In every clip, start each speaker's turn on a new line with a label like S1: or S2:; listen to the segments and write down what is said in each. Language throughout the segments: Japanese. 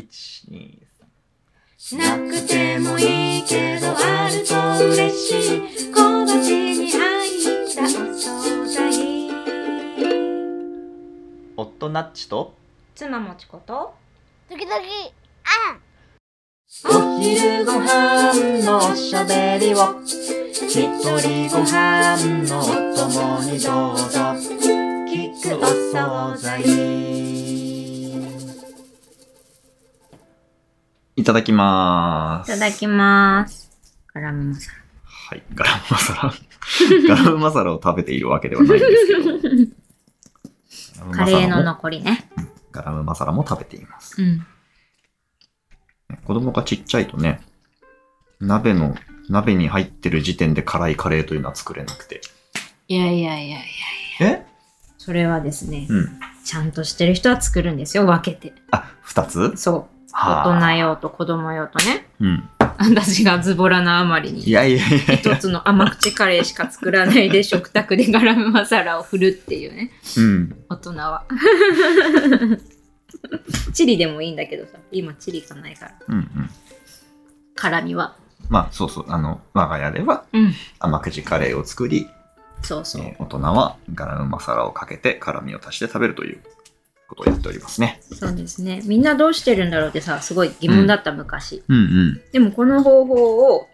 S1: 一二
S2: しなくてもいいけどあると嬉しい小鉢に入ったお惣菜
S1: 夫ナッチと
S2: 妻もちこと
S3: 時々
S2: お昼ご飯のおしゃべりを
S1: 一人ご飯のお供にどうぞ聞くお惣菜いただきま
S2: い
S1: す
S2: ただきますからみまさ
S1: はいガラムマサラ ガラムマサラを食べているわけではないんですけど
S2: んカレー
S1: ガラムマサ
S2: の
S1: ラも
S2: 残りね
S1: ガラムマサラも食べています
S2: うん
S1: 子供がちっちゃいとね鍋の鍋に入ってる時点で辛いカレーというのは作れなくて
S2: いやいやいやいや
S1: え
S2: それはですね、
S1: うん
S2: ちゃんとしてる人は作るんですよ分けて
S1: あ二つ
S2: そう
S1: は
S2: 大
S1: あ
S2: 人用と子供用とね
S1: うん
S2: 私がズボラなあまりに
S1: いやいやいやい
S2: 一
S1: や
S2: つの甘口カレーしか作らないで食卓でガラムマサラを振るっていうね
S1: うん
S2: 大人は チリでもいいんだけどさ今チリがないから
S1: うんうん。
S2: 辛みは
S1: まあそうそう、あの、我が家では
S2: うん
S1: 甘口カレーを作り、
S2: そうそう、
S1: えー大人はガラムマサラをかけて辛みを足して食べるということをやっておりますね。
S2: そうですねみんなどうしてるんだろうってさすごい疑問だった昔、
S1: うんうん。
S2: でもこの方法を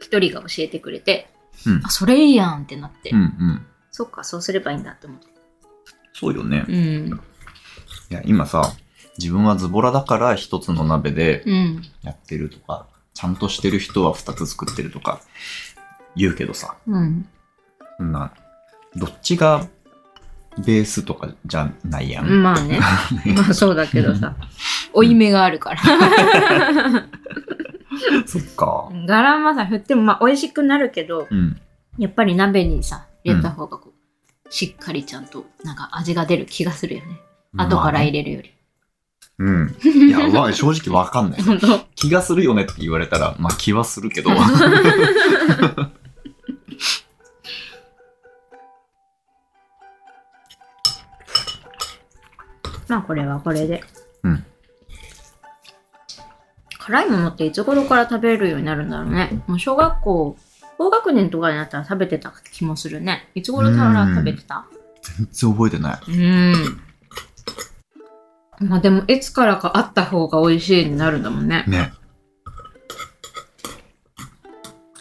S2: 一人が教えてくれて、
S1: うん
S2: あそれいいやんってなって、
S1: うんうん。
S2: そっかそうすればいいんだって思って
S1: そうよね。
S2: うん
S1: いや、今さ、自分はズボラだから一つの鍋で
S2: うん
S1: やってるとか、ちゃんとしてる人は二つ作ってるとか言うけどさ、
S2: うん
S1: そんな、どっちがベースとかじゃないやん。
S2: まあねまあそうだけどさ負い目があるから
S1: そっか。
S2: ガラムマサラ振ってもまあ美味しくなるけど、
S1: うん。
S2: やっぱり鍋にさ、入れた方がこう、しっかりちゃんと、なんか味が出る気がするよね。後から入れるより。
S1: うん。いや、まあ正直わかんない。
S2: 本当
S1: 気がするよねって言われたら、まあ気はするけど。
S2: まあこれはこれで。
S1: うん。
S2: 辛いものっていつ頃から食べるようになるんだろうね。もう小学校、高学年とかになったら食べてた気もするね。いつ頃から食べてた
S1: 全然覚えてない。
S2: うん。まあでも、いつからかあった方が美味しいになるんだもんね。
S1: ね。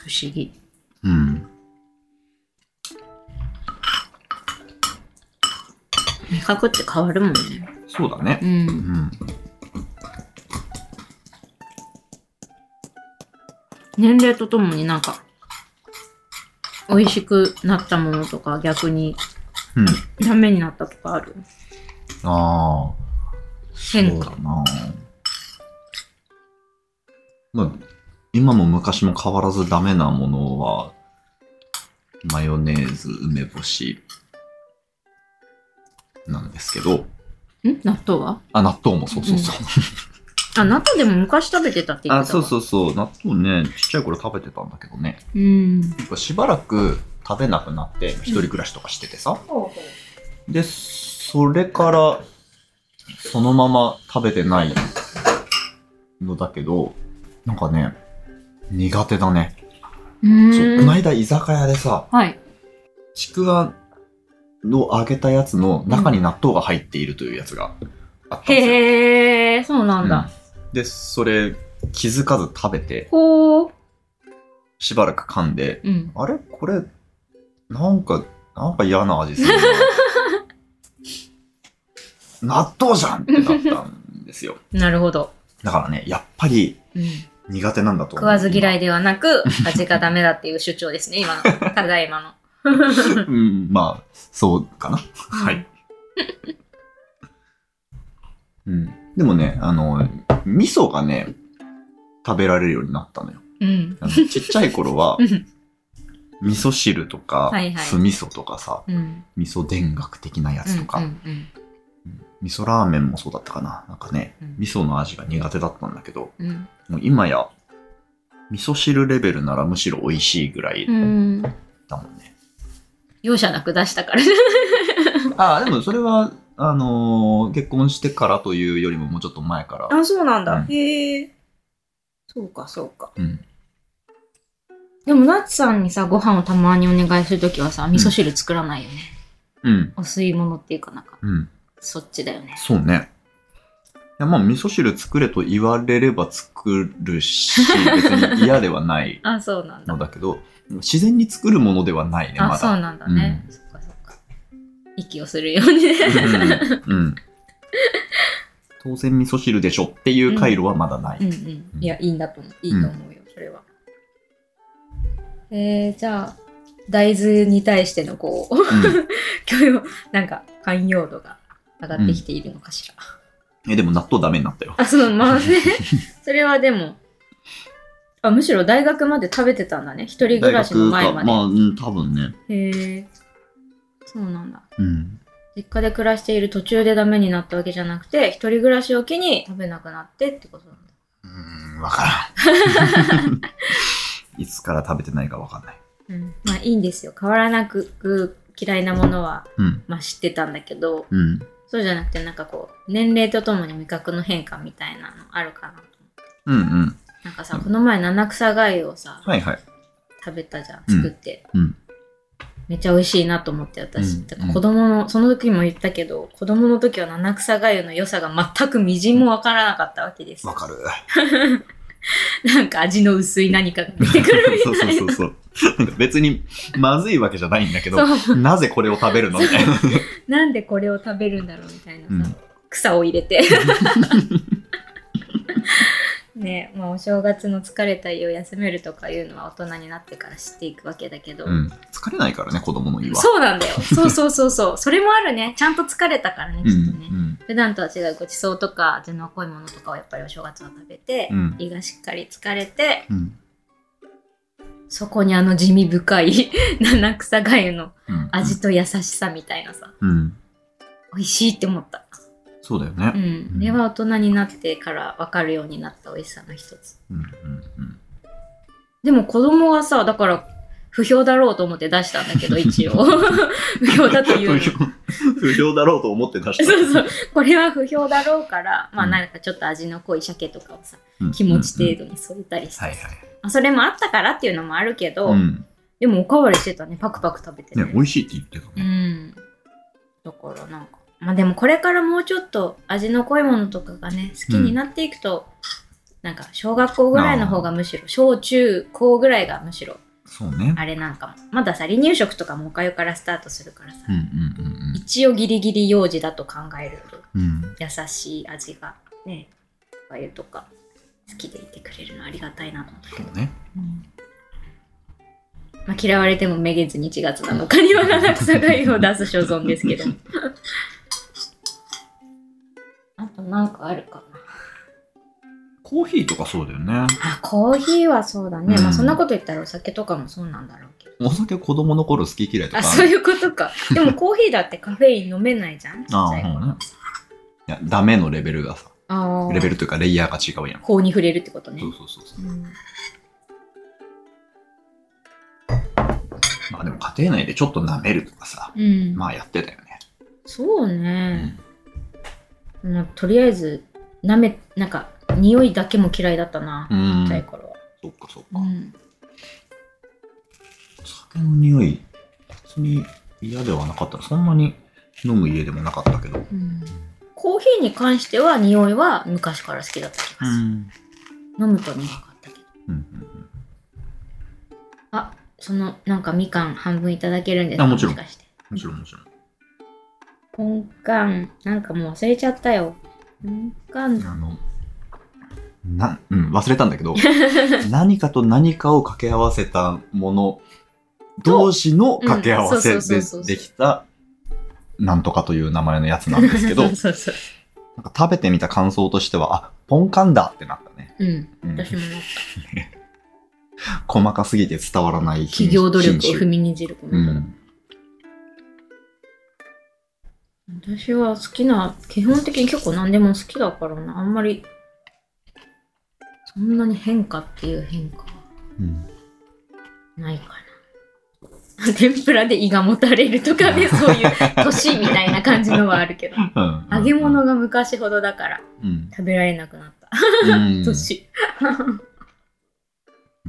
S2: 不思議。
S1: うん。
S2: 味覚って変わるもんね。
S1: そうだね
S2: う。ん
S1: う。ん。
S2: 年齢とともになんか美味しくなったものとか逆に
S1: うん。
S2: ダメになったとかある
S1: ああ。
S2: 変
S1: そう
S2: 化
S1: だな。まあ、今も昔も変わらずダメなものは、マヨネーズ、梅干し、なんですけど、
S2: ん納豆は
S1: あ、納豆もそうそうそう。
S2: あ納豆でも昔食べてたって言っ
S1: あ、
S2: てた
S1: そ
S2: わ
S1: うそうそう。納豆ね、ちっちゃい頃食べてたんだけどね。
S2: うん
S1: やっぱしばらく食べなくなって、一人暮らしとかしててさ。で、それから、そのまま食べてないのだけど、なんかね、苦手だね。
S2: う
S1: そう、こ
S2: ー
S1: の
S2: ん
S1: 間居酒屋でさ、
S2: はい
S1: ちくわの揚げたやつの中に納豆が入っているというやつがあったんですよ。
S2: へえそうなんだ、
S1: うんで、それ気づかず食べて、
S2: ほう
S1: しばらく噛んで、
S2: うん
S1: あれこれ、なんか、なんか嫌な味する な。納豆じゃんってなったんですよ。
S2: なるほど、
S1: だからね、やっぱり
S2: うん、
S1: 苦手なんだと思う。
S2: 食わず嫌
S1: い。
S2: いではなく味がダメだっていう主張ですね 今のただいまの
S1: うん、まあ、そうかな。はい。うん。でもね、あの、味噌がね、食べられるようになったのよ。
S2: うん
S1: あのちっちゃい頃は
S2: う、ん
S1: 味噌汁とか
S2: はいは、い
S1: 酢味噌とかさ、
S2: うん
S1: 味噌田楽的なやつとか
S2: う、んうん
S1: 味噌ラーメンもそうだったかな。なんかね、
S2: うん
S1: 味噌の味が苦手だったんだけど、
S2: うん
S1: もう今や、味噌汁レベルならむしろ美味しいぐらい
S2: うんうん
S1: だもんね。
S2: 容赦なく出したから
S1: ああ、でもそれはあのー結婚してからというよりももうちょっと前から。
S4: あ、そうなんだ。
S1: うん
S4: へえ。そうか、そうか。
S1: うん。
S2: でも、ナッツさんにさ、ご飯をたまにお願いするときはさ、味噌汁作らないよね。
S1: うん。
S2: お吸い物っていうかなんか、
S1: うん。
S2: そっちだよね。
S1: そうね。いや、まあ、味噌汁作れと言われれば作るし、別に嫌では ない
S2: あ、そうなんだ。
S1: のだけど、自然に作るものではないね、まだ。
S2: あ、そうなんだね。
S1: う
S2: そっかそっか。息をするよ うにね。
S1: うんうん。当然味噌汁でしょっていう回路はまだない。
S2: うんうん。いや、いいんだと思う。いいと思うよ、それは。えー、じゃあ、大豆に対してのこう、
S1: うん
S2: 許容、なんか、寛容度が上がってきているのかしら。
S1: え、でも納豆ダメになったよ。
S2: あ、そう、まあね。 それはでも、あ、むしろ大学まで食べてたんだね。一人暮らしの前まで。
S1: まあ、うん、多分ね。
S2: へえ。そうなんだ。
S1: うん。
S2: 実家で暮らしている途中でダメになったわけじゃなくて、一人暮らしを機に食べなくなってってことなんだ。
S1: うーん、わ からん。いつから食べてないかわかんない。
S2: うん。まあいいんですよ。変わらなく嫌いなものは、
S1: うん。
S2: まあ知ってたんだけど、
S1: うん。
S2: そうじゃなくてなんかこう、年齢とともに味覚の変化みたいなのあるかなと思って。
S1: うんうん。
S2: なんかさ、この前七草粥をさ、
S1: はいはい。
S2: 食べたじゃん
S1: うん
S2: 作って、
S1: うん
S2: めっちゃ美味しいなと思って
S1: う
S2: 私、
S1: ん
S2: だから子供のその時も言ったけど子供の時は七草がゆの良さが全くみじんもわからなかったわけです、
S1: わかる。
S2: なんか味の薄い何かが出てく るみたいな
S1: そうそうそうそう。なんか別にまずいわけじゃないんだけど、
S2: そう
S1: なぜこれを食べるのみたいな。
S2: なんでこれを食べるんだろうみたいなさ、
S1: うん
S2: 草を入れて ねまあ、お正月の疲れた胃を休めるとかいうのは大人になってから知っていくわけだけど、
S1: うん。疲れないからね、子供の胃は。
S2: そうなんだよそうそうそうそうそれもあるねちゃんと疲れたからねきっ
S1: う
S2: とね、
S1: ん。
S2: 普段とは違うごちそうとか味の濃いものとかをやっぱりお正月は食べて、
S1: うん
S2: 胃がしっかり疲れて
S1: うん。うん。
S2: そこにあの地味深い 七草がゆの
S1: うん。
S2: 味と優しさみたいなさ
S1: うん。
S2: 美味しいって思った
S1: そうだよ
S2: う
S1: ね。
S2: ん
S1: うん
S2: あれは大人になってから分かるようになった美味しさの一つ
S1: うん。うん。
S2: でも子供はさだから不評だろうと思って出したんだ けど一応 不評だという
S1: 不
S2: の
S1: 評、不評だろうと思って出した。
S2: そうそう。これは不評だろうから、まあ
S1: うん
S2: なんかちょっと味の濃い鮭とかをさ、
S1: うん
S2: 気持ち程度に添えたりして
S1: はいはい。
S2: まあそれもあったからっていうのもあるけど、
S1: うん。
S2: でもおかわりしてたねパクパク食べて
S1: ね、美味しいって言ってた
S2: う
S1: ね。
S2: んだからなんかまあでもこれからもうちょっと味の濃いものとかがね好きになっていくと、なんか小学校ぐらいの方がむしろ小中高ぐらいがむしろ
S1: そうね。
S2: あれなんかもまださ離乳食とかもおかゆからスタートするからさ、
S1: うんうん
S2: 一応ギリギリ幼児だと考えると
S1: うんうん。うん。
S2: 優しい味がねおかゆとか好きでいてくれるのありがたいなと思ったけど
S1: そうね。
S2: まあ、嫌われてもめげずに1月7日には七草がゆを出す所存ですけど あとなんかあるかな
S1: コーヒーとかそうだよね。
S2: あコーヒーはそうだね、
S1: うん
S2: まあそんなこと言ったらお酒とかもそうなんだろうけど
S1: お酒子供の頃好き嫌いとか
S2: あ
S1: る。
S2: そういうこと かでもコーヒーだってカフェイン飲めないじゃんちっち
S1: あ
S2: ゃ
S1: あ、
S2: い
S1: ほ
S2: 頃
S1: んね。いや、ダメのレベルがさ、
S2: あー
S1: レベルというかレイヤーが違うやん。
S2: 法に触れるってことね
S1: そうそうそうそう。
S2: うん
S1: まあでも家庭内でちょっと舐めるとかさ、
S2: うん
S1: まあやってたよね。
S2: そうね、まあ、とりあえずなめなんか匂いだけも嫌いだったな
S1: う
S2: ち
S1: ん
S2: っちゃい。頃は、
S1: そっかそっか。
S2: うん
S1: 酒の匂い、別に嫌ではなかった。そんなに飲む家でもなかったけど。
S2: コーヒーに関しては匂いは昔から好きだった気がする、
S1: ん。
S2: 飲むと苦かったけど
S1: うんうん
S2: あそのなんかみかん半分いただけるんです
S1: あもちろん
S2: しかして
S1: もちろんもちろん。
S2: ポンカンなんかもう忘れちゃったよポンカン
S1: あの、な、うん、忘れたんだけ ど、何かと何かを掛け合わせたもの同士の掛け合わ
S2: う
S1: せ
S2: んそうそう
S1: で
S2: そうそう
S1: できた、なんとかという名前のやつなんですけど、なん
S2: そうそう
S1: か食べてみた感想としては、あ、ポンカンだってなったね。
S2: うん
S1: うん
S2: 私もなんか
S1: 細かすぎて伝わらない品
S2: 企業努力を
S1: 品
S2: 踏
S1: 種
S2: みにじるこ
S1: う
S2: とだ、
S1: ん。
S2: 私は好きな基本的に結構何でも好きだからなあんまりそんなに変化っていう変化は
S1: うん
S2: ないか 天ぷらで胃がもたれるとか ね、そういう年みたいな感じのはあるけど。
S1: うん
S2: 揚げ物が昔ほどだから
S1: うん。
S2: 食べられなくなった。
S1: うん
S2: 年。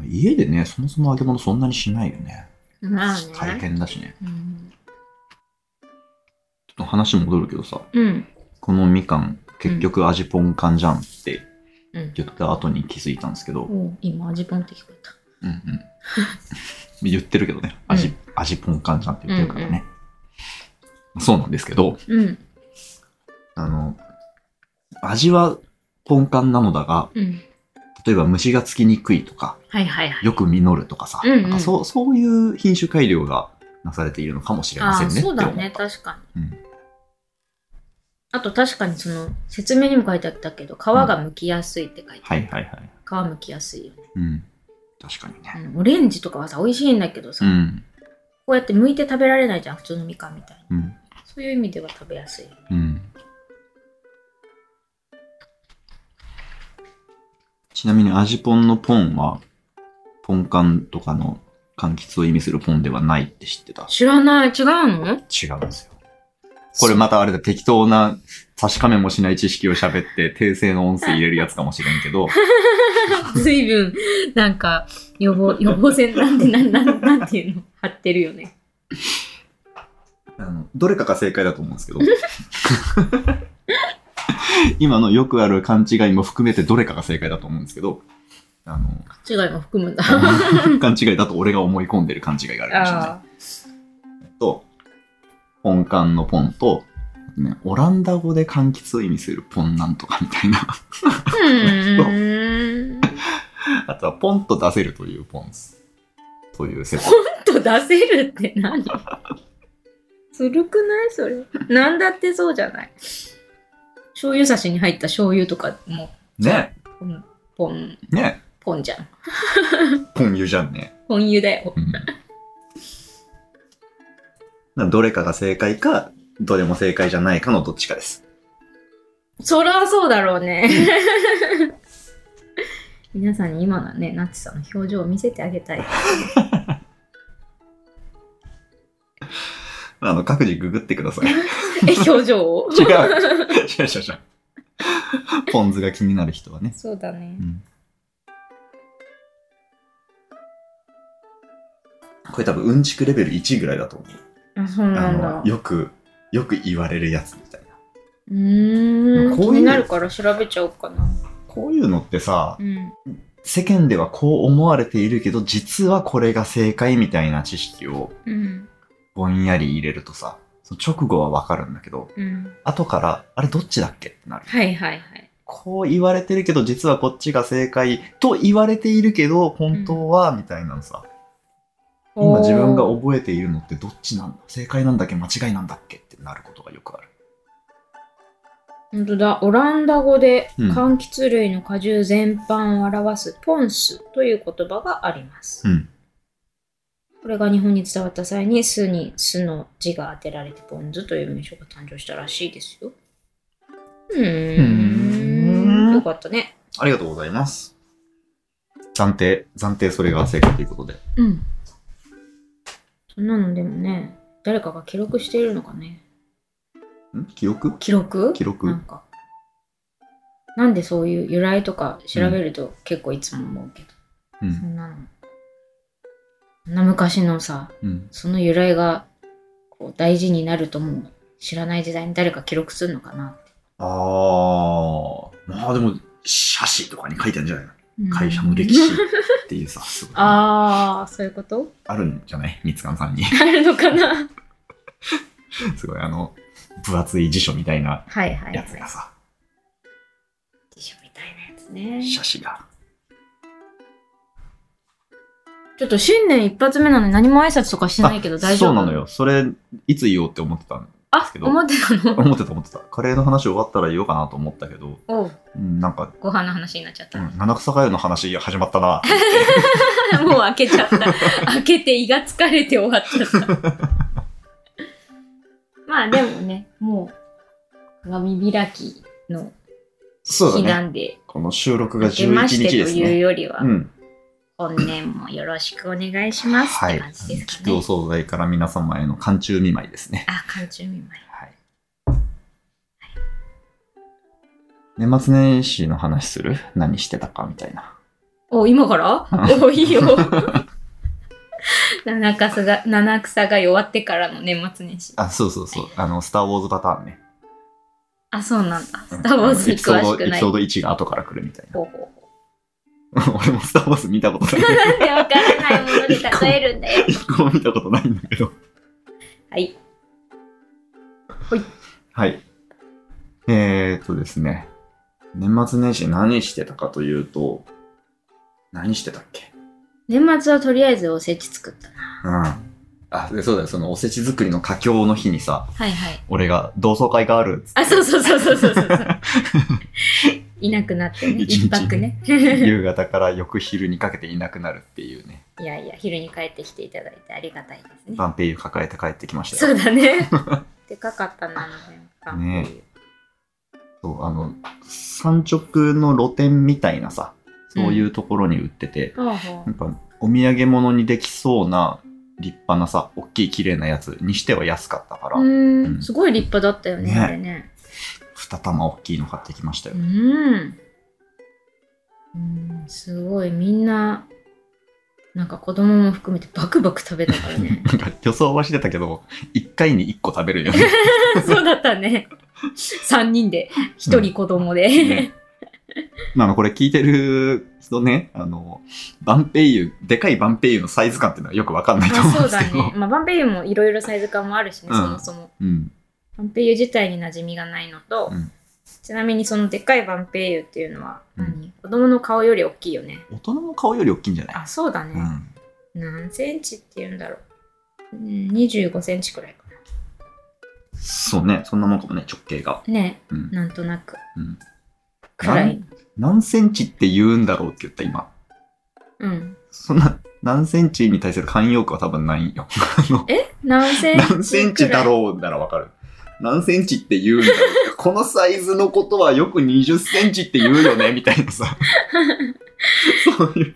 S1: 家でね、そもそも揚げ物そんなにしないよね。
S2: まあ
S1: 大
S2: ね。
S1: 変だしね。
S2: うん。
S1: ちょっと話戻るけどさ、
S2: うん。
S1: このみかん、結局味ポンカンじゃんって
S2: うん
S1: 言った後に気づいたんですけど、うん
S2: おう今、味ポンって聞こえた。
S1: うん 言ってるけどね、味、味ポンカンじゃんって言ってるからね。そうなんですけど、
S2: うん。
S1: あの、味はポンカンなのだが、
S2: うん。
S1: 例えば虫がつきにくいとか、
S2: はいはいはい。
S1: よく実るとかさ、
S2: うんうん
S1: なんかそうそういう品種改良がなされているのかもしれま
S2: あ
S1: せん
S2: あ、
S1: ねって
S2: そ
S1: 思
S2: う
S1: った。
S2: だね。確かに。
S1: うん
S2: あと確かにその、説明にも書いてあったけど、皮が剥きやすいって書いて
S1: は
S2: あ
S1: いはいはい。
S2: る。皮剥きやすいよね。
S1: うん。確かにね。
S2: うんオレンジとかはさ、美味しいんだけど
S1: う
S2: さ、
S1: ん。
S2: こうやって剥いて食べられないじゃん、普通のみかんみたいに。
S1: うん。
S2: そういう意味では食べやすい。
S1: うん。ちなみに味ポンのポンは、ポンカンとかの柑橘を意味するポンではないって知ってた。
S2: 知らない、違うの
S1: 違うんですよ。これまたあれだ、適当な、確かめもしない知識を喋って、訂正の音声入れるやつかもしれんけ ど、
S2: 随分、なんか、予 防、予防線なんて、なん、なん、なんていうの張ってるよね。
S1: あの、どれかが正解だと思うんですけど、 今のよくある勘違いも含めてどれかが正解だと思うんですけど、あの、
S2: 違いも含むんだ。
S1: 勘違いだと俺が思い込んでる勘違いがあるかもしれない
S2: あ。
S1: えっと、ポンカンのポンと、ね、オランダ語で柑橘を意味するポンなんとかみたいな。
S2: あ。うん。
S1: あとはポンと出せるというポンス。という説。
S2: と出せるって何ずるくないそれ。なんだってそうじゃない。醤油差しに入った醤油とかも、
S1: ね
S2: ポン、ポン、
S1: ね
S2: ポンじゃん。
S1: ポン湯じゃんね。
S2: ポン湯だよ。
S1: うんなどれかが正解か、どれも正解じゃないかのどっちかです。
S2: そりゃそうだろうね。皆さんに今のね、ナッチさんの表情を見せてあげ たい。
S1: あの、各自ググってください。違う。
S2: え、表情を
S1: 違う違う違う。ポン酢が気になる人はね。
S2: そうだね
S1: う。んこれ多分うんちくレベル1ぐらいだと思う。
S2: あ、そう
S1: あ
S2: なんだ
S1: の。よく、よく言われるやつみたいな。
S2: うー
S1: こ
S2: ん。気
S1: ういう
S2: になるから調べちゃおうかな。
S1: こういうのってさ
S2: う、ん。
S1: 世間ではこう思われているけど、実はこれが正解みたいな知識を
S2: うん。
S1: ぼんやり入れるとさ、その直後はわかるんだけど、
S2: うん。
S1: 後から、あれどっちだっけってなる。
S2: はいはいはい。
S1: こう言われてるけど、実はこっちが正解と言われているけど、本当は、みたいなのさ。今自分が
S2: おー
S1: 覚えているのってどっちなんだ正解なんだっけ間違いなんだっけってなることがよくある。
S2: 本当だ。オランダ語で
S1: うん
S2: 柑橘類の果汁全般を表すポンスという言葉があります。
S1: うん
S2: これが日本に伝わった際に酢に酢の字が当てられてポン酢という名称が誕生したらしいですよ。うー
S1: うーん
S2: ん。よかったね。
S1: ありがとうございます。暫定、暫定それが正解ということで。
S2: うん。そんなのでもね、誰かが記録しているのかね。
S1: ん記憶
S2: 記録
S1: 記録
S2: なんか。なんでそういう由来とか調べると結構いつも思うけど、
S1: う
S2: そ
S1: ん。
S2: んなの。そんな昔のさ、
S1: うん。
S2: その由来がこう大事になるともう知らない時代に誰か記録するのかなって。
S1: あー。まあでも、写真とかに書いてあるんじゃないの
S2: うん
S1: 会社の歴史っていう さ、すごいあ
S2: ああ、そういうこと
S1: るんじゃない三つかさんに。
S2: あるのかな
S1: すごい、あの、分厚い辞書みたいな
S2: はいはい
S1: や
S2: は
S1: つ
S2: い
S1: が。さ、
S2: 辞書みたいなやつね。
S1: 写真が。
S2: ちょっと新年一発目なのに何も挨拶とかしてないけど大丈夫
S1: そうなの。よ。それ、いつ言おうって思ってたんです
S2: あ
S1: け、ど
S2: 思ってたの
S1: 思ってた思ってた。カレーの話終わったら言おうかなと思ったけど、
S2: おう
S1: うんなんか、
S2: ご飯の話になっちゃっ
S1: う
S2: た。
S1: ん、七草がゆの話始まった な。
S2: もう開けちゃった。開けて胃が疲れて終わっちゃった。 まあでもね、もう、鏡開きの
S1: そう
S2: 日
S1: だ
S2: な
S1: ね。
S2: んで、
S1: この収録が
S2: 明けま
S1: 11
S2: して
S1: 日で
S2: と
S1: す
S2: いう
S1: ね。
S2: よりは、
S1: うん。
S2: 本年もよろしくお願いしますっ
S1: は
S2: て
S1: い
S2: 感じです。
S1: きっ
S2: かね。
S1: とお惣菜から皆様への寒中見舞いですね。
S2: あ、缶中見舞い。
S1: はい。年末年始の話する何してたかみたいな。
S2: お、今からお、いいよ。 七草が、七草が弱ってからの年末年始。
S1: あ、そうそうそう。あの、スター・ウォーズパターンね。
S2: あ、そうなんだ。スター・ウォーズに詳しく
S1: エ
S2: な
S1: ピ
S2: い。
S1: ソー
S2: ほ
S1: ドエピソード1が後から来るみたいう
S2: ほうほ
S1: な。 俺もスター・ウォーズ見たことな
S2: う
S1: い。
S2: なんでわからないもので例えるん だよ。
S1: 一個も見たことないんだけど。
S2: はい。
S1: はい。えー、っとですね。年末年始何してたかというと、何してたっけ
S2: 年末はとりあえずおせち作ったな。
S1: うん。あ、でそうだよ。そのおせち作りの佳境の日にさ、
S2: はいはい。
S1: 俺が同窓会があるっつって
S2: あ、そうそうそうそうそう そうそう。いなくなってね。
S1: 一日
S2: 一泊ね。
S1: 夕方から翌昼にかけていなくなるっていうね、
S2: いやいや、昼に帰ってきていただいてありがたいですね。
S1: バンペイユ抱えて帰ってきました
S2: そ
S1: よ。
S2: うだ ね。でかかったな、あの辺か。
S1: ねそうあの、山直の露店みたいなさ、そういうところに売ってて、
S2: ほうほう。
S1: なんかお土産物にできそうな立派なさ、大きい綺麗なやつにしては安かったから、
S2: う
S1: う
S2: ー
S1: ん
S2: ん、すごい立派だったよね、
S1: ね
S2: あれね。
S1: 二玉大きいの買ってきました
S2: う
S1: よ。
S2: ーん。うん、すごい、みんな、なんか子供も含めてバクバク食べたから ね。
S1: なんか予想はしてたけど、一回に一個食べるよね。
S2: そうだったね。3人で、1人子供で。
S1: ねまああのこれ聞いてる人ね、あの、バンペイユ、でかいバンペイユのサイズ感っていうのはよくわかんないと
S2: あ
S1: 思うん
S2: そ
S1: で
S2: う
S1: す
S2: だ
S1: けど。
S2: ね。まあ、バンペイユもいろいろサイズ感もあるしね、
S1: うん
S2: そもそも。
S1: うん。
S2: バンペイユ自体に馴染みがないのと、
S1: うん
S2: ちなみにそのでっかいバンペイユっていうのは
S1: うん
S2: 何、子供の顔より大きいよね。
S1: 大人の顔より大きいんじゃない
S2: あ、そうだね。
S1: うん。
S2: 何センチっていうんだろう。うん、25センチくらいか
S1: そうね、そんなもんかもね、直径が。
S2: な。ね
S1: うん。
S2: なんとなく。
S1: うん
S2: くらい。
S1: 何センチって言うんだろうって言った、今。
S2: うん。
S1: そんな、何センチに対する慣用句は多分ないんよ。あの
S2: 何センチくらい
S1: 何センチだろうならわかる。何センチって言うんだろう。このサイズのことはよく20センチって言うよね、みたいな さ。そういう、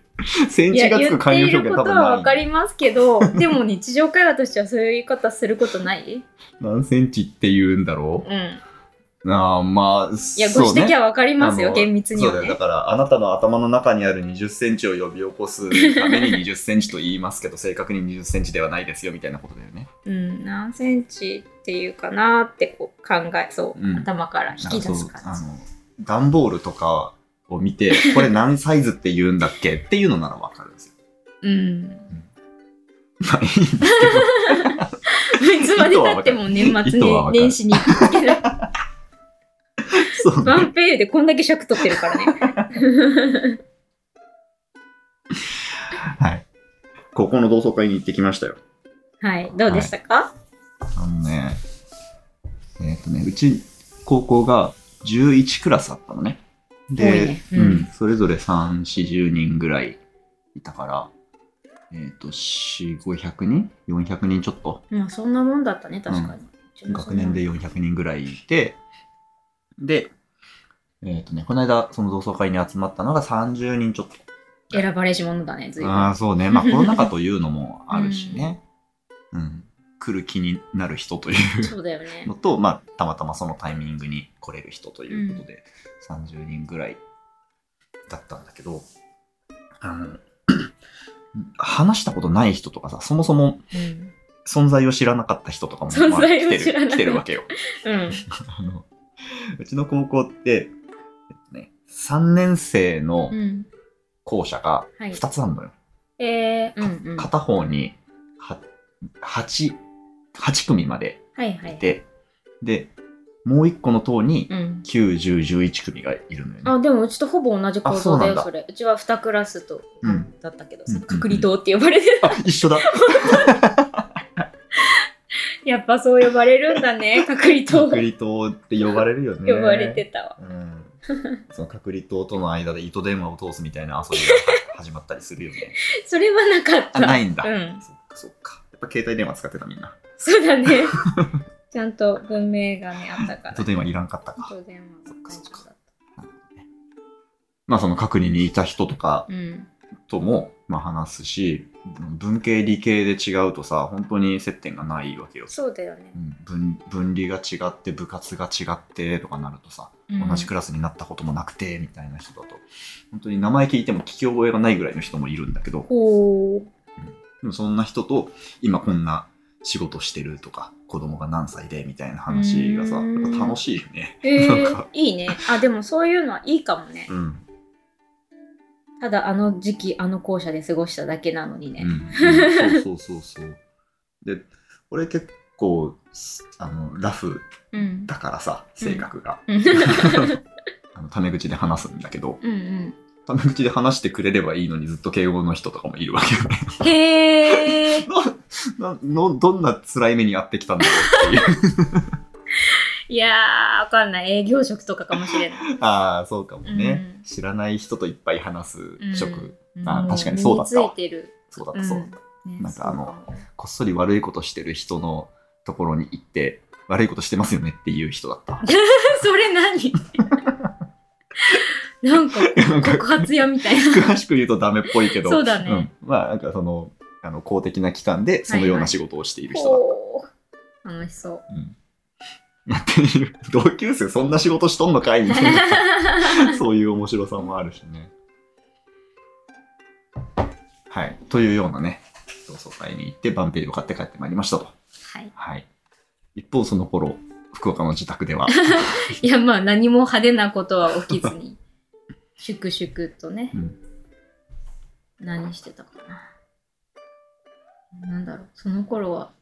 S1: セン
S2: い
S1: チ
S2: や
S1: がつ
S2: 言
S1: く
S2: っ
S1: 慣
S2: て
S1: 用
S2: い
S1: 表
S2: る
S1: 現
S2: こ
S1: 多
S2: と
S1: 分
S2: はわか
S1: ない。
S2: りますけ ど、でも日常会話としてはそういう言い方することない
S1: 何センチって言うんだろ
S2: うん。
S1: う。ああ、まあ、
S2: いや、
S1: そう
S2: ご
S1: ね
S2: 指摘はわかります
S1: あ
S2: よ、
S1: の
S2: 厳密に
S1: そう
S2: は
S1: だよ。
S2: ね
S1: だ。から、あなたの頭の中にある20センチを呼び起こすために20センチと言いますけど、正確に20センチではないですよ、みたいなことだよね。
S2: うん、何センチっていうかなってこう考えそう、
S1: うん
S2: 頭から引き出す感
S1: あ
S2: じ
S1: の、段ボールとかを見て、これ何サイズって言うんだっけっていうのならわかるん ですよ。
S2: うん
S1: まあいいんですけど
S2: いつまでたっても年末
S1: 意図はわ
S2: に
S1: かる
S2: 年始に行くけど
S1: そう
S2: ワ
S1: ね。
S2: ンペイユでこんだけ尺取ってるからね
S1: はい。ここの同窓会に行ってきましたよ。
S2: はいどうでしたか、
S1: あのね、えっ、とね、うち高校が11クラスあったのね。
S2: 多い
S1: で、
S2: ね
S1: う
S2: うんん、
S1: それぞれ3、40人ぐらいいたから、えっ、と、4、500人 ?400 人ちょっと。
S2: まあそんなもんだったね確かに、
S1: 学年で400人ぐらいいて、で、えっ、とね、この間、その同窓会に集まったのが30人ちょっと。
S2: 選ばれし者だね随
S1: あ
S2: 分
S1: あ、そうね。まあ、コロナ禍というのもあるし ね。うん。来る気になる人という
S2: そうだよね
S1: のと、まあ、たまたまそのタイミングに来れる人ということで、30人ぐらいだったんだけど、あの、 話したことない人とかさ、そもそも
S2: うん、
S1: 存在を知らなかった人とかも、
S2: 存
S1: まあ
S2: 在を
S1: 来て
S2: 知ら
S1: る
S2: なかった
S1: 来てるわけよ。
S2: うん、
S1: あの、うちの高校って、えっとね、3年生の
S2: うん、
S1: 校舎が
S2: はい
S1: 2つあるのよ。
S2: えー、うんうんは
S1: 片方には8、8組まで
S2: いはいい
S1: て、で、もう1個の塔に
S2: うん
S1: 9、10、11組がいるのよね。
S2: あでもうちとほぼ同じ構造だよ
S1: あ
S2: そ
S1: そう
S2: れうちは2クラスと、
S1: うん
S2: だったけど
S1: うんう
S2: さ
S1: んうん
S2: 隔離棟って呼ばれて
S1: あ、一緒だ。
S2: やっぱそう呼ばれるん だね、隔離
S1: 隔
S2: 塔。呼
S1: 離塔って呼ばれるよね。
S2: ばれてたわ。
S1: うん。その隔離塔との間で糸電話を通すみたいな遊びがは始まったりするよね。
S2: それはなかっ
S1: あ、
S2: た。
S1: ないんだ。
S2: うん。
S1: そっかそっか。やっぱ携帯電話使ってたみんな。
S2: そうだね。 ちゃんと文明がね、あったから。
S1: 糸電話いらんかったか。
S2: 当電話の感じだった。
S1: まあその隔離にいた人とか
S2: うん。
S1: ともまあ、話すし文系理系で違うとさ本当に接点がないわけよ、
S2: そうだよね
S1: う。ん、分分離が違って部活が違ってとかなるとさ同じク
S2: ら
S1: ラ
S2: い。
S1: スになったこともなくてみたいな人だと本当に名前聞いても聞き覚えがないぐらいの人もいるんだけど
S4: ほう。
S1: でもそんな人と今こんな仕事してるとか子供が何歳でみたいな話がさ
S2: う
S1: や
S2: ん
S1: っぱ楽しいよね。
S2: え
S1: なん
S2: ー
S1: か、
S2: いいね。あ、でもそういうのはいいかもね
S1: う。ん
S2: ただあの時期、あの校舎で過ごしただけなのに
S1: う
S2: ね。
S1: ん、うんそうそうそうそう。 で俺結構すあのラフ
S2: うん。
S1: だからさ性格が、
S2: うん
S1: あのタメ口で話すんだけど
S2: うん
S1: タメ口で話してくれればいいのにずっと敬語の人とかもいるわけよね。
S2: うん。へえ。
S1: なの どんな辛い目に遭ってきたんだろうって いう
S2: いやー、わかんない。営業職とかかもしれない。
S1: ああそうかも ね、
S2: うん
S1: 知らない人といっぱい話す職、
S2: うん
S1: あ確かにそうだった
S2: 身に
S1: わ
S2: ついてる。
S1: そうだったそうだった、
S2: うんね
S1: なんかあの
S2: そうも
S1: こっそり悪いことしてる人のところに行って悪いことしてますよねっていう人だった。
S2: それ何なんか
S1: なんか
S2: 告発屋みたいな。
S1: 詳しく言うとダメっぽいけど、
S2: そうだね
S1: ん、まあなんかそのあの公的な機関でそのような仕事をしている人だっ
S2: ほう楽しそう。
S1: た。うんって いう同級生そんな仕事しとんのかいみたいな そういう面白さもあるしね。はい。というようなね、同窓会に行ってバンペイを買って帰ってまいりましたと。
S2: はい。
S1: はい。一方その頃、福岡の自宅で は、
S2: いや、まあ何も派手なことは起きずに、 粛々とね、
S1: うん
S2: 何してたかな。なんだろう、その頃は、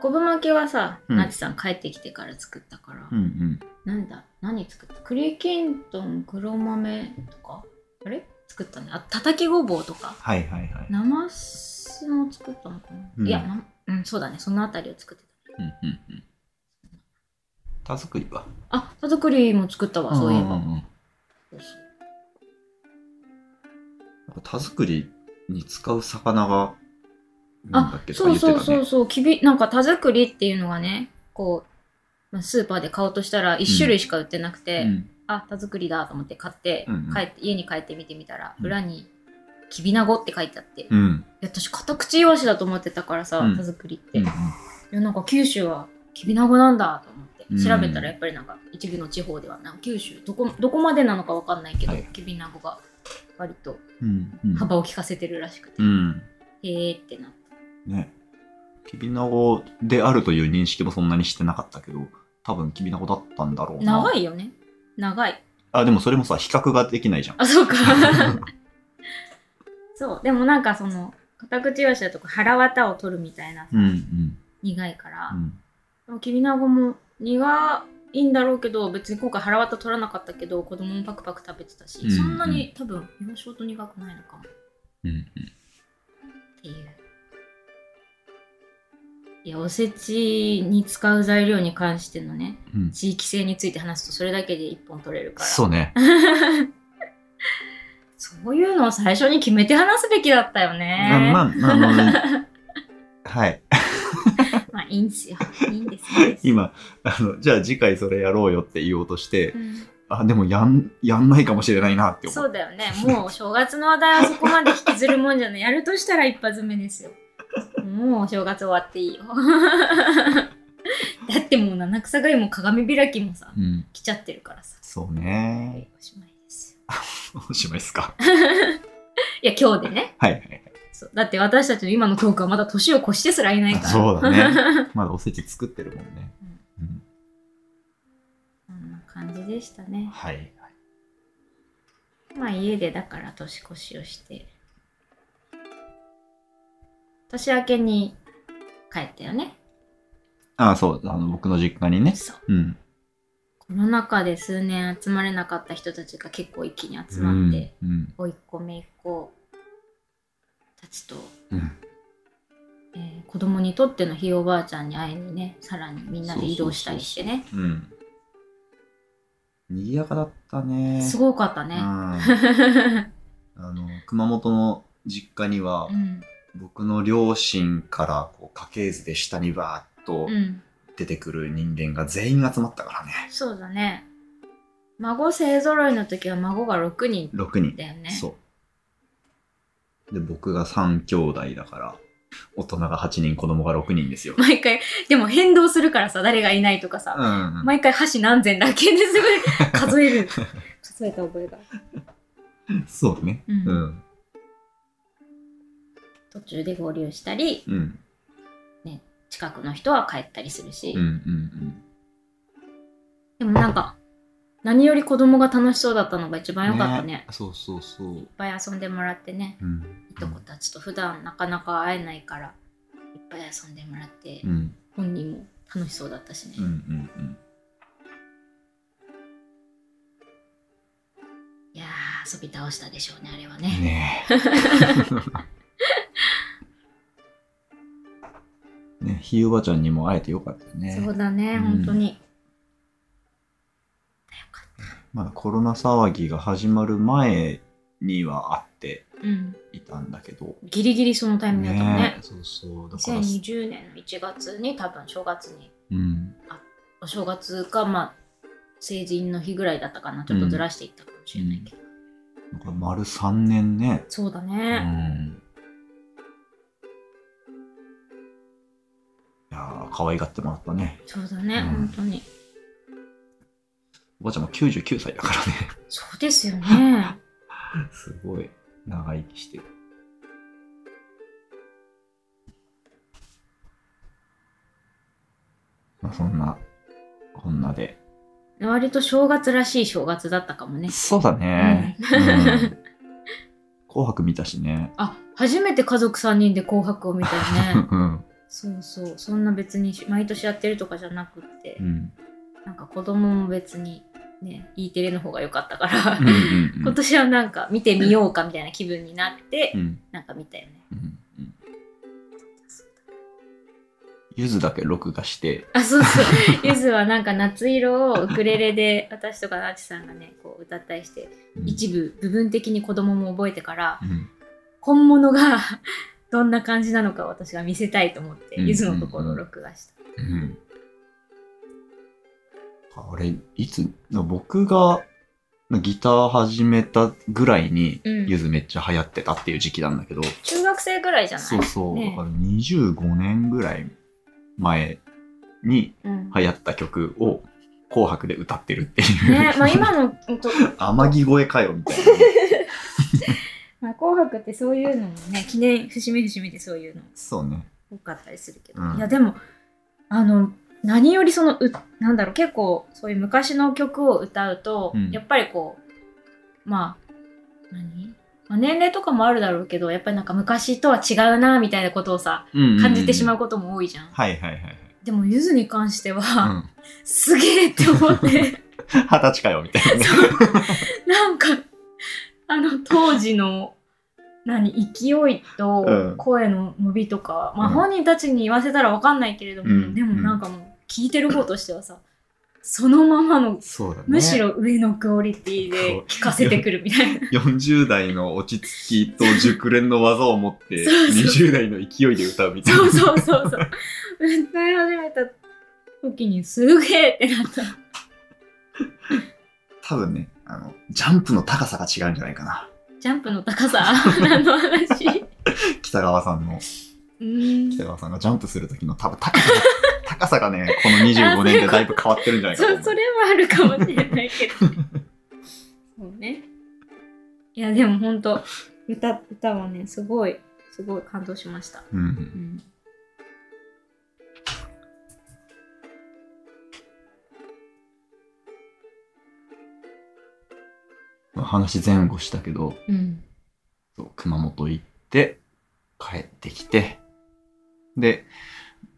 S2: 昆布巻きはさ、
S1: うん
S2: なちさん帰ってきてから作ったから、
S1: うんうん。
S2: なんだ、何作った栗きんとん、黒豆とか、あれ作ったね。あ、叩きごぼうとか、
S1: はいはいはい。
S2: 生酢も作ったのかな。
S1: うん
S2: いや、なうん、そうだね、そのあたりを作ってた。
S1: うんうんうん。田作りは
S2: あ、田作りも作ったわ、そういえば。
S1: んんんや
S2: そうそう
S1: っぱ田作りに使う魚が、なんだ
S2: あ
S1: っけとか
S2: そ
S1: 言ってたね。
S2: うそうそうそうきびなんか田作りっていうのがねこう、まあ、スーパーで買おうとしたら1種類しか売ってなくて、
S1: うん
S2: あ田作りだと思って買って,、
S1: うんうん
S2: 帰って家に帰って見てみたら、
S1: うん
S2: 裏に「きびなご」って書いてあって、い
S1: うん。うん
S2: や私カタクチイワシだと思ってたからさ、
S1: うん
S2: 田作りって、
S1: うん
S2: いやなんか九州はきびなごなんだと思って
S1: うん
S2: 調べたらやっぱりなんか一部の地方ではなんか九州どこどこまでなのかわかんないけど、
S1: はい
S2: きびなごが割と
S1: うんうん。
S2: 幅を利かせてるらしくて、
S1: うん。
S2: へーってなって
S1: ね。きびなごであるという認識もそんなにしてなかったけど、多分きびなごだったんだろうな。
S2: 長
S1: い
S2: いよね長い
S1: あ、でもそれもさ、比較ができないじゃん。
S2: あ、そ うか。そう、でもなんかその、カタクチイワシだとか腹綿を取るみたいな、
S1: うんうん
S2: 苦いから
S1: う、ん。
S2: でもキビナゴも苦いんだろうけど、別に今回腹綿取らなかったけど、子供もパクパク食べてたし、
S1: うんうん
S2: そんなに多分、日本酒ほど苦くないのかもっ
S1: うんうん。
S2: ていう。いや、おせちに使う材料に関してのね、
S1: うん、
S2: 地域性について話すとそれだけで一本取れるから。
S1: そうね。
S2: そういうのを最初に決めて話すべきだったよね。
S1: まあまあ、まあ の、はい。
S2: まあいいんですよ。いいんですよ。
S1: 今、あの、じゃあ次回それやろうよって言おうとして
S2: う、ん
S1: あ、でもやん、やんないかもしれないなって思
S2: そうだよね。もう正月の話題はそこまで引きずるもんじゃない。やるとしたら一発目ですよ。もう正月終わっていいよ。 だってもう七草がゆも鏡開きもさ、
S1: うん。
S2: 来ちゃってるからさ。
S1: そう
S2: はい
S1: ね。
S2: おしまいですよ。
S1: おしまいっす か。
S2: いや、今日でね。
S1: はいはい
S2: そうだって私たちの今のトークはまだ年を越してすらいない
S1: はい。
S2: から。
S1: そうだね。まだおせち作ってるもんね。うん
S2: こんな感じでしたね。
S1: はい。
S2: まあ家でだから年越しをして。年明けに帰ったよね。
S1: あ、そう、あの、僕の実家にね。
S2: そう。
S1: うん。
S2: コロナ禍で数年集まれなかった人たちが結構一気に集
S1: う
S2: まっ
S1: ん
S2: て、。
S1: うん。
S2: 甥っ子姪っ子たちと、
S1: うん
S2: えー子供にとってのひいおばあちゃんに会いにねさらにみんなで移動したりしてね
S1: うん。賑やかだったね。
S2: すごかった
S1: う
S2: ね
S1: ん。あの、熊本の実家には
S2: う、ん
S1: 僕の両親からこう家系図で下にバーッと
S2: うん
S1: 出てくる人間が全員集まったからね。
S2: そうだね孫勢ぞろいの時は孫が6人
S1: 6人。
S2: だよね
S1: そう。で、僕が3兄弟だから、大人が8人、子供が6人です よ。
S2: 毎回、でも変動するからさ、誰がいないとか
S1: う
S2: さ、
S1: ん。
S2: 毎回箸何千だっけですご い数える。数えた覚えが。
S1: そうね。
S2: うん
S1: うん。
S2: 途中で合流したり、
S1: うん。
S2: 近くの人は帰ったりするし、
S1: うん。うん。
S2: でもなんか、何より子供が楽しそうだったのが一番良かったね。いっ
S1: そうそうそう。
S2: ぱい遊んでもらってね、
S1: うん。
S2: いとこたちと普段なかなか会えないから、いっぱい遊んでもらって、
S1: うん。
S2: 本人も楽しそうだったしね。
S1: うん。うん。うん。
S2: いやー、遊び倒したでしょうね、あれはね。
S1: ね え。ね、ひいおばちゃんにも会えてよかったよね。
S2: そうだね、
S1: うん
S2: 本当に。
S1: まだコロナ騒ぎが始まる前には会って
S2: うん。
S1: いたんだけど。
S2: ギリギリそのタイミングだったもんね。
S1: えそうそう。だから、
S2: 2020年の1月に多分正月に、
S1: うん。
S2: お正月か、まあ、成人の日ぐらいだったかな、ちょっとずらしていったかもしれないけど。
S1: だから丸3年ね。
S2: そうだ
S1: う
S2: ね。
S1: ん。いやー、可愛がってもらったね。
S2: そうだね、
S1: うん
S2: 本当に。
S1: おばちゃんも99歳だからね。
S2: そうですよね。
S1: すごい。長生きしてる。まあ、そんな、こんなで。
S2: 割と正月らしい正月だったかもね。
S1: そうだね。うん紅白見たしね。
S2: あ、初めて家族3人で紅白を見たよ
S1: う
S2: ね。
S1: ん。
S2: そうそう。そんな別にし毎年やってるとかじゃなくって。
S1: うん。
S2: なんか子供も別にね、E テレの方が良かったから
S1: う、んうんう
S2: 今
S1: ん
S2: 年はなんか見てみようかみたいな気分になって、
S1: うん
S2: なんか見たよね。
S1: うんうんゆずだけ録画して、
S2: あ、そうそう。ゆずはなんか夏色をウクレレで私とかなちさんがね、こう歌ったりして、
S1: うん
S2: 一部部分的に子供も覚えてから、
S1: うん
S2: 本物が どんな感じなのかを私が見せたいと思って、
S1: うん
S2: ゆずのところを録画した。
S1: うんあれ、いつ、僕がギター始めたぐらいに、
S2: うん
S1: ゆずめっちゃ流行ってたっていう時期なんだけど、
S2: 中学生ぐらいじゃない
S1: そうそう、
S2: ね
S1: だから25年ぐらい前に
S2: うん
S1: 流行った曲を紅白で歌ってるっていう。
S2: ね、まあ 今の、と
S1: 天城越えかよみたい な。
S2: まあ、紅白ってそういうのもね、記念、節目節目でそういうの
S1: そうね。
S2: 多かったりするけど、
S1: うん
S2: いやでもあの何よりそのうなんだろう結構そういう昔の曲を歌うと、
S1: うん
S2: やっぱりこうまあ何、まあ、年齢とかもあるだろうけどやっぱりなんか昔とは違うなみたいなことをさ感じてしまう
S1: う。
S2: ことも多いじゃん、
S1: はいはいはい
S2: でもゆずに関しては、
S1: はい。
S2: すげえって思って
S1: うん。 二十歳かよみたいなね。
S2: なんかあの当時の何勢い
S1: うん
S2: と声の伸びとか、まあ
S1: うん
S2: 本人たちに言わせたらわかんないけれども、
S1: うん
S2: でもなんかもう聞いてる方としてはさ、そのままの
S1: そうだね。
S2: むしろ上のクオリティで聞かせてくるみたい な
S1: 40代の落ち着きと熟練の技を持って
S2: そうそ
S1: 20代の勢いで歌うみたいな
S2: そうそうそうそう歌い始めた時にすげえってなった
S1: 多分ねあのジャンプの高さが違うんじゃないかな
S2: ジャンプの高さ何の話
S1: 北川さんの
S2: うーん
S1: 北川さんがジャンプする時の多分高さ が高さがねこの25年でだいぶ変わってるんじゃないかと思
S2: そうそれはあるかもしれないけ どそうねいやでもほんと歌歌はねすごいすごい感動しました、
S1: う
S2: うんん、
S1: 話前後したけど
S2: うん、
S1: そう熊本行って帰ってきてで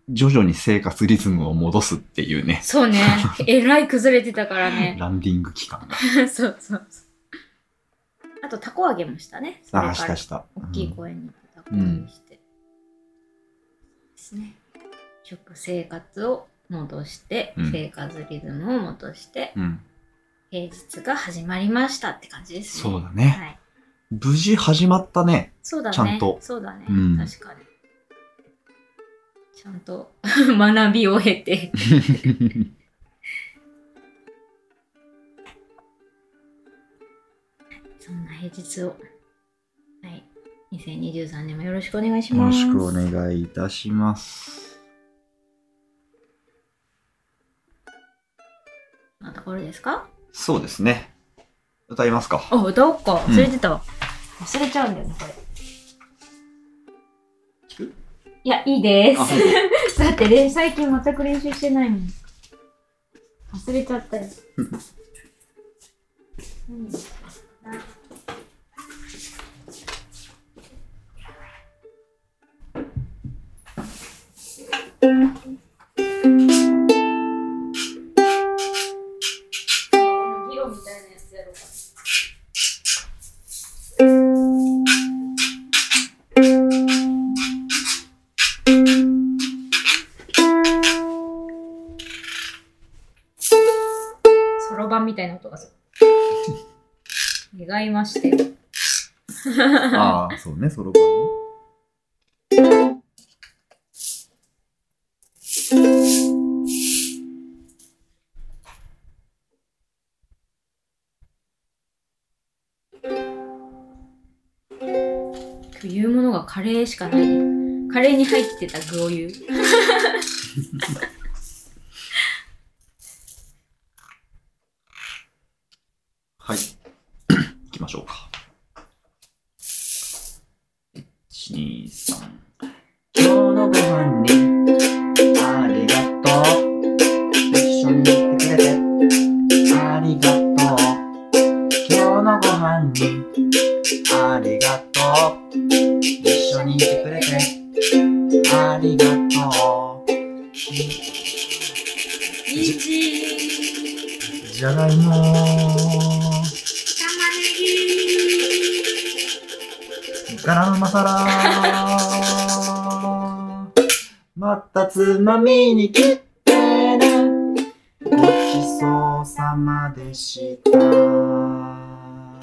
S1: 徐々に生活リズムを戻すっていうね
S2: そ うねえらい崩れてたからね
S1: ランディング期間が
S2: そうそうそうあとたこ揚げもしたねそれ
S1: あ
S2: か
S1: した
S2: ら
S1: した、
S2: 大きい声にたこ揚げして、ですね食生活を戻して、
S1: うん
S2: 生活リズムを戻して
S1: うん、うん、
S2: 平日が始まりましたって感じですね
S1: そうだね
S2: はい
S1: 無事始まったね
S2: そうだね。
S1: ちゃんと
S2: そうだね。
S1: うん
S2: 確かに。ちゃんと 学びを経て。そんな平日を、はい、 2023年もよろしくお願いし
S1: よろ
S2: ます。
S1: しくお願いいたします。
S2: こんなところですか
S1: そうですね。歌いますか。
S2: あ、歌おっか。忘れてたわ。忘れちゃうんだよね、これ。
S1: 聞く
S2: いや、いいで
S1: あ、
S2: す。だってね、最近全く練習してないもん。忘れちゃったよ。うん議論みたいなやつやろうか。そろばんみたいな音が する。願いまして。
S1: ああ、そうね、ソロ版ね。
S2: 今日言うものがカレーしかないね。カレーに入ってた具を言う。
S1: はい。 行きましょうか。1、2、3。今日のご飯に、ありがとう。一緒にいてくれて、ありがとう。今日のご飯に、ありがとう。一緒にいてくれて、ありがと
S2: 人参、
S1: う。じゃがいも、
S2: 玉ねぎ。
S1: ガラムマサラまたつまみに切ってねごちそうさまでしたは